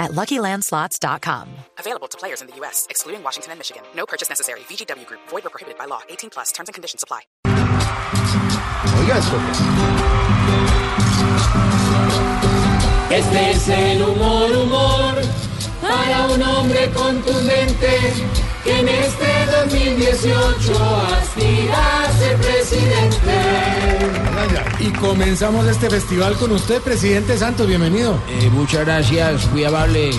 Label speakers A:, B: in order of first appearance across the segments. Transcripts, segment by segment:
A: at luckylandslots.com.
B: Available to players in the U.S., excluding Washington and Michigan. No purchase necessary. VGW Group, void or prohibited by law. 18 plus terms and conditions apply.
C: Oiga esto.
D: Este es el humor, humor, para un hombre contundente que en este 2018 aspira a ser presidente.
C: Y comenzamos este festival con usted, presidente Santos. Bienvenido.
D: Eh, muchas gracias, muy amable.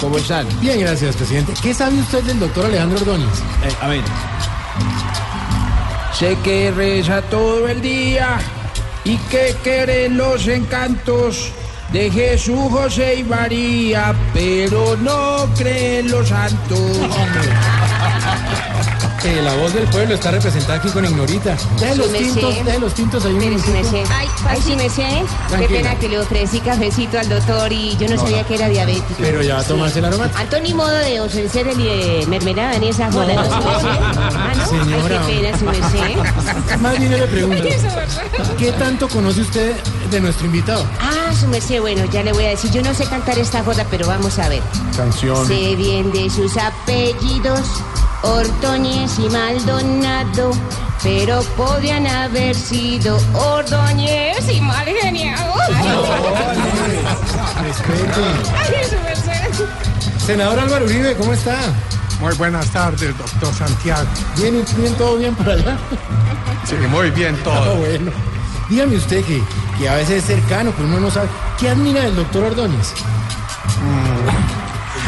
D: ¿Cómo están?
C: Bien, gracias, presidente. ¿Qué sabe usted del doctor Alejandro Ordóñez?
D: Eh, a ver. Sé que reza todo el día y que quieren los encantos de Jesús, José y María, pero no creen los santos.
C: Que Eh, la voz del pueblo está representada aquí con Ignorita. De los
E: me
C: tintos,
E: sé.
C: de los tintos hay un
E: Pero si me
C: minutico.
E: sé.
F: Ah,
E: Ay, si me sé. Qué
C: Tranquila.
E: pena que le ofrecí cafecito al doctor y yo no, sabía que era diabético.
C: Pero ya va a tomarse el aroma.
E: Antonio, ni modo de ofrecer el eh, mermelada ni esa joda, ¿no, su merced? Ah, ¿no?
C: Señora.
E: Ay, qué pena, su merced.
C: Más bien yo le pregunto, ¿qué tanto conoce usted de nuestro invitado?
E: Ah, su merced, bueno, ya le voy a decir. Yo no sé cantar esta joda, pero vamos a ver.
C: Canción.
E: Sé bien de sus apellidos, Ordóñez y Maldonado, pero podrían haber sido Ordóñez y Malgeniado.
C: Respeto.
E: Ay, su merced.
C: Senador Álvaro Uribe, ¿cómo está?
F: Muy buenas tardes, doctor Santiago.
C: Bien, bien, todo bien por allá.
F: Sí, muy bien
C: Ah,
F: todo.
C: bueno. Dígame usted que, que a veces es cercano, pero uno no sabe. ¿Qué admira del doctor Ordóñez?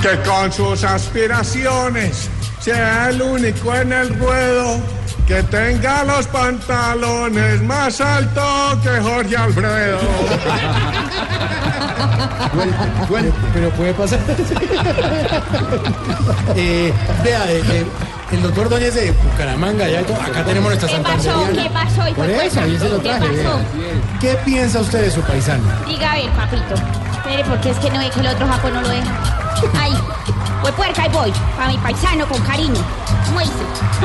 F: Que con sus aspiraciones sea el único en el ruedo. Que tenga los pantalones más altos que Jorge Alfredo.
C: Pero puede pasar. Eh, vea, eh, eh, el doctor Doñez de Bucaramanga, ya, acá tenemos nuestra
G: ¿Qué pasó?
C: santandereana.
G: ¿Qué pasó? hijo
C: Por
G: de
C: eso,
G: puta?
C: ahí se lo
G: ¿Qué
C: traje.
G: pasó?
C: vea. ¿Qué piensa usted de su paisano?
G: Diga a ver, papito. Espere, porque es que no ve que el otro jaco no lo deja. Ay, pues puerca ahí voy. Para mi paisano con cariño. ¿Cómo dice?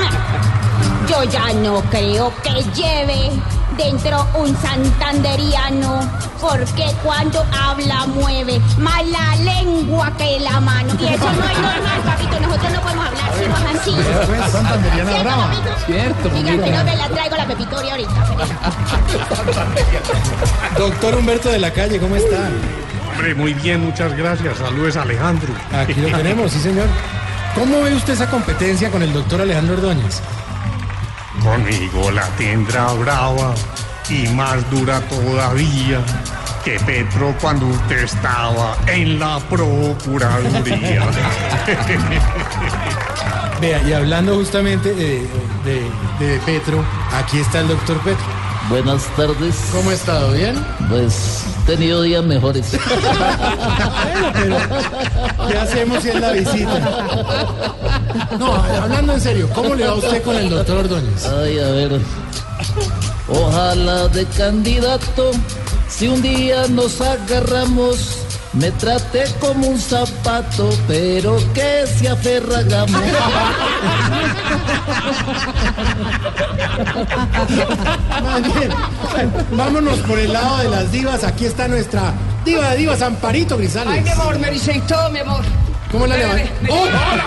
G: Ah. Yo ya no creo que lleve dentro un santanderiano, porque cuando habla mueve más la lengua que la mano. Y eso no es normal, papito. Nosotros no podemos hablar sino así. ¿Cierto, papito?
D: Cierto,
G: Diga que no me la traigo la pepitoria ahorita.
C: Doctor Humberto de la Calle, ¿cómo está?
F: Hombre, muy bien, muchas gracias. Saludos, Alejandro.
C: Aquí lo tenemos, sí, señor. ¿Cómo ve usted esa competencia con el doctor Alejandro Ordóñez?
F: Conmigo la tendrá brava y más dura todavía que Petro cuando usted estaba en la Procuraduría.
C: Vea, y hablando justamente de, de- de Petro, aquí está el doctor Petro.
H: Buenas tardes.
C: ¿Cómo ha estado? ¿Bien?
H: Pues he tenido días mejores.
C: ¿Qué hacemos si es la visita? No, hablando en serio, ¿cómo le va a usted con el doctor Ordóñez?
H: Ay, a ver. Ojalá de candidato, si un día nos agarramos, me trate como un zapato, pero que se aferragamos.
C: Más bien, vámonos por el lado de las divas. Aquí está nuestra diva de divas, Amparito
I: Ay, mi
C: Grisales.
I: amor, me dice todo, mi amor.
C: ¿Cómo la le va? ¡Oh!
I: Espérame,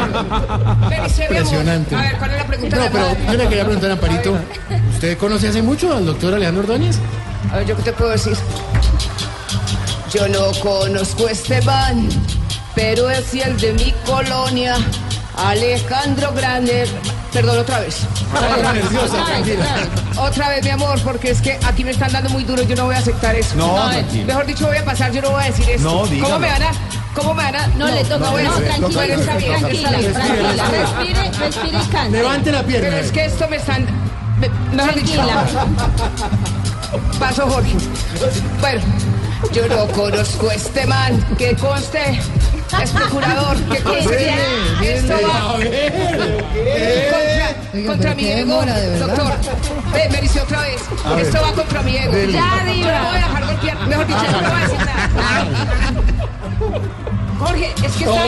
I: me- Me dice, mi amor.
C: Impresionante.
I: A ver, ¿cuál es la pregunta?
C: No,
I: de la
C: pero
I: madre?
C: yo le quería preguntar a Amparito, ¿usted conoce hace mucho al doctor Alejandro Ordóñez?
I: A ver, ¿yo qué te puedo decir? Yo no conozco a Esteban, pero es el de mi colonia. Alejandro Grande. Perdón, otra vez.
C: Está nerviosa, tranquila.
I: Otra vez, mi amor, porque es que aquí me están dando muy duro, yo no voy a aceptar eso.
D: No,
I: eh,
D: tranquila.
I: Mejor dicho, voy a pasar, yo no voy a decir eso.
D: No, dígalo.
I: ¿Cómo me van a...? ¿Cómo me van a...?
G: No, le toca,
I: voy a
G: no,
I: decir.
G: tranquila,
I: Bueno, está
G: tranquila,
I: bien, está bien.
G: tranquila. Respire, respire y cante.
C: Levante la pierna.
I: Pero es que esto me están. me- mejor dicho,
G: Tranquila.
I: paso Jorge. Bueno, yo no conozco a este man que conste. Es procurador, que conste. Esto va
C: A ver,
I: contra, contra mi ego, doctor. vez, me erició otra vez. Esto va contra mi ego.
E: Ya,
I: Yo
E: diva.
I: no voy a dejar golpear. Mejor dicho, yo no voy a decir nada. Jorge, es que está...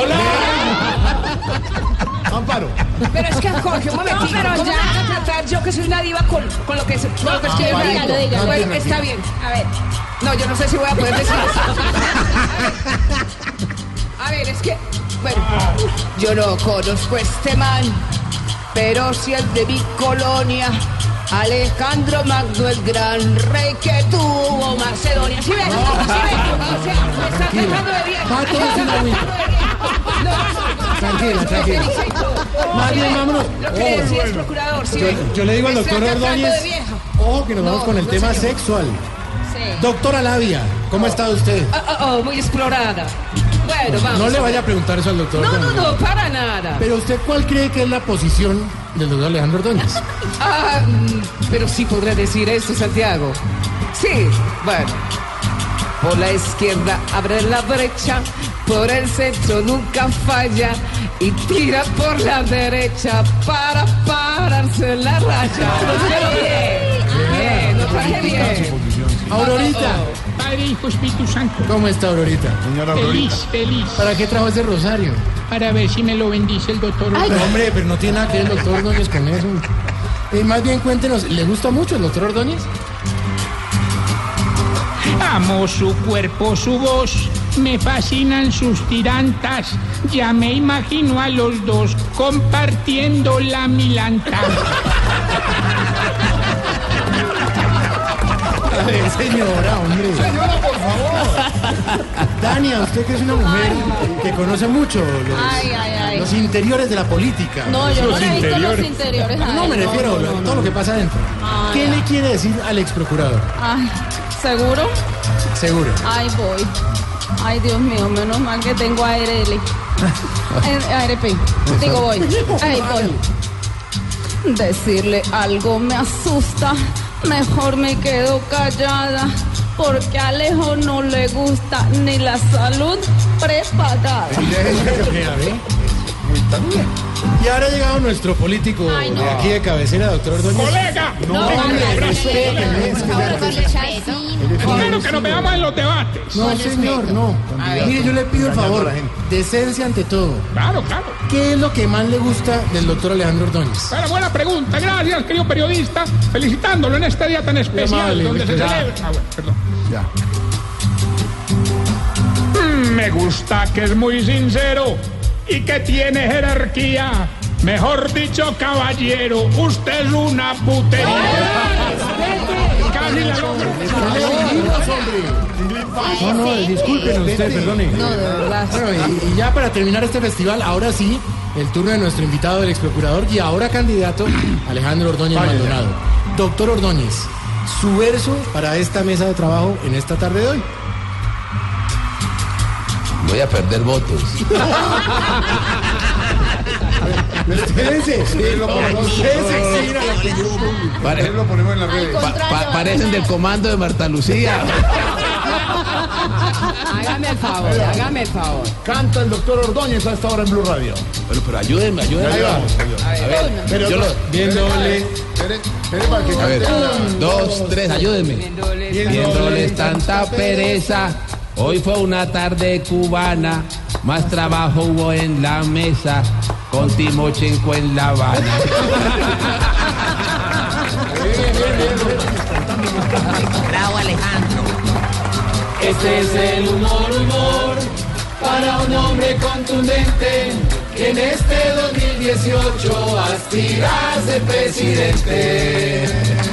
C: Amparo.
I: Pero es que, Jorge, un momentito.
E: pero ya.
I: ¿Cómo me van a tratar yo que soy una diva con, con lo que es... Con lo que es que
C: Amparito,
I: dígalo, dígalo.
C: cambie,
I: Bueno, está bien. A ver. No, yo no sé si voy a poder decir A ver, es que... Bueno, yo no conozco este man, pero si es de mi colonia. Alejandro Magno, el gran rey que tuvo Macedonia. ¿Sí ven? ¿Sí ven? O sea, me están dejando de bien.
C: Va todo sin agüita. Tranquila, tranquila. Más bien, vámonos.
I: Lo que le
C: Ojo.
I: decía es procurador, ¿sí
C: Yo,
I: ve?
C: yo le digo al
I: Me
C: doctor
I: está tratando
C: Ordóñez,
I: de vieja.
C: ojo que nos
I: No,
C: vamos con el
I: no,
C: tema
I: señor.
C: sexual.
I: Sí.
C: Doctora Labia, ¿cómo está usted?
I: Oh, oh, oh, muy explorada. Bueno, vamos.
C: No le
I: a ver.
C: vaya a preguntar eso al doctor.
I: No, no,
C: Ordóñez.
I: no, para nada.
C: Pero usted, ¿cuál cree que es la posición del doctor Alejandro Ordóñez?
I: Ah, mm, pero sí podrá decir esto, Santiago. Sí, bueno. Por la izquierda abre la brecha, por el centro nunca falla y tira por la derecha para pararse en la raya. Pero bien, bien, lo traje bien.
C: Aurorita,
D: Padre, Hijo, Espíritu
I: oh.
D: Santo.
C: ¿cómo está Aurorita?
F: Señora Aurorita.
D: Feliz, feliz.
C: ¿Para qué trajo ese rosario?
D: Para ver si me lo bendice el doctor.
C: No, hombre, pero no tiene nada que ver el doctor Ordóñez con eso. Y más bien cuéntenos, ¿le gusta mucho el doctor Ordóñez?
D: Amo su cuerpo, su voz, me fascinan sus tirantas. Ya me imagino a los dos compartiendo la milanta.
C: A ver, señora, hombre. Señora, por favor. Dania, usted que es una mujer que conoce mucho los,
E: Ay, ay, ay.
C: los interiores de la política.
E: No, yo no la he visto en los interiores. a
C: No
E: él,
C: me refiero a todo lo que pasa adentro. ¿Qué le quiere decir al ex procurador?
E: Ay, ¿seguro?
C: Seguro.
E: Ay, voy. Ay, Dios mío, menos mal que tengo ARL. Eh, ARP. Digo, voy. Ay, voy. Decirle algo me asusta. Mejor me quedo callada. Porque a Alejo no le gusta ni la salud prepagada.
C: Y ahora ha llegado nuestro político
E: Ay, no.
C: de aquí de cabecera, doctor Ordóñez.
D: ¡Colega!
C: No, hombre, respéteme, es que ya-
D: Claro que nos veamos en los debates.
C: No, señor, no. Mire, yo le pido el favor, decencia ante todo.
D: Claro, claro.
C: ¿Qué es lo que más le gusta del doctor Alejandro Ordóñez?
D: Bueno, buena pregunta. Gracias, querido periodista. Felicitándolo en este día tan especial
C: amable,
D: donde se
C: doctor.
D: celebra. Ah, bueno, perdón. Mm, Me gusta que es muy sincero y que tiene jerarquía. Mejor dicho, caballero, usted es una putería. Casi la logra.
C: No, no, disculpen usted, perdone. No, de verdad. Bueno, y, y ya para terminar este festival, ahora sí, el turno de nuestro invitado, el ex procurador y ahora candidato, Alejandro Ordóñez Maldonado. Doctor Ordóñez, su verso para esta mesa de trabajo en esta tarde de hoy.
J: Voy a perder votos.
C: Espérense, espérense,
J: Pare- pa- pa- parecen del comando de Marta Lucía.
I: Hágame el favor, hágame el favor.
C: Canta el doctor Ordóñez a esta hora en Blue Radio.
J: Bueno, pero ayúdenme, ayúdenme. Yo lo-
C: Viéndole.
J: a ver, dos, tres, ayúdenme. Viéndoles tanta pereza. Hoy fue una tarde cubana. Más trabajo hubo en la mesa. Con Timochenko en La Habana.
H: Este es el humor, humor, para un hombre contundente, que en este 2018 aspira a ser presidente.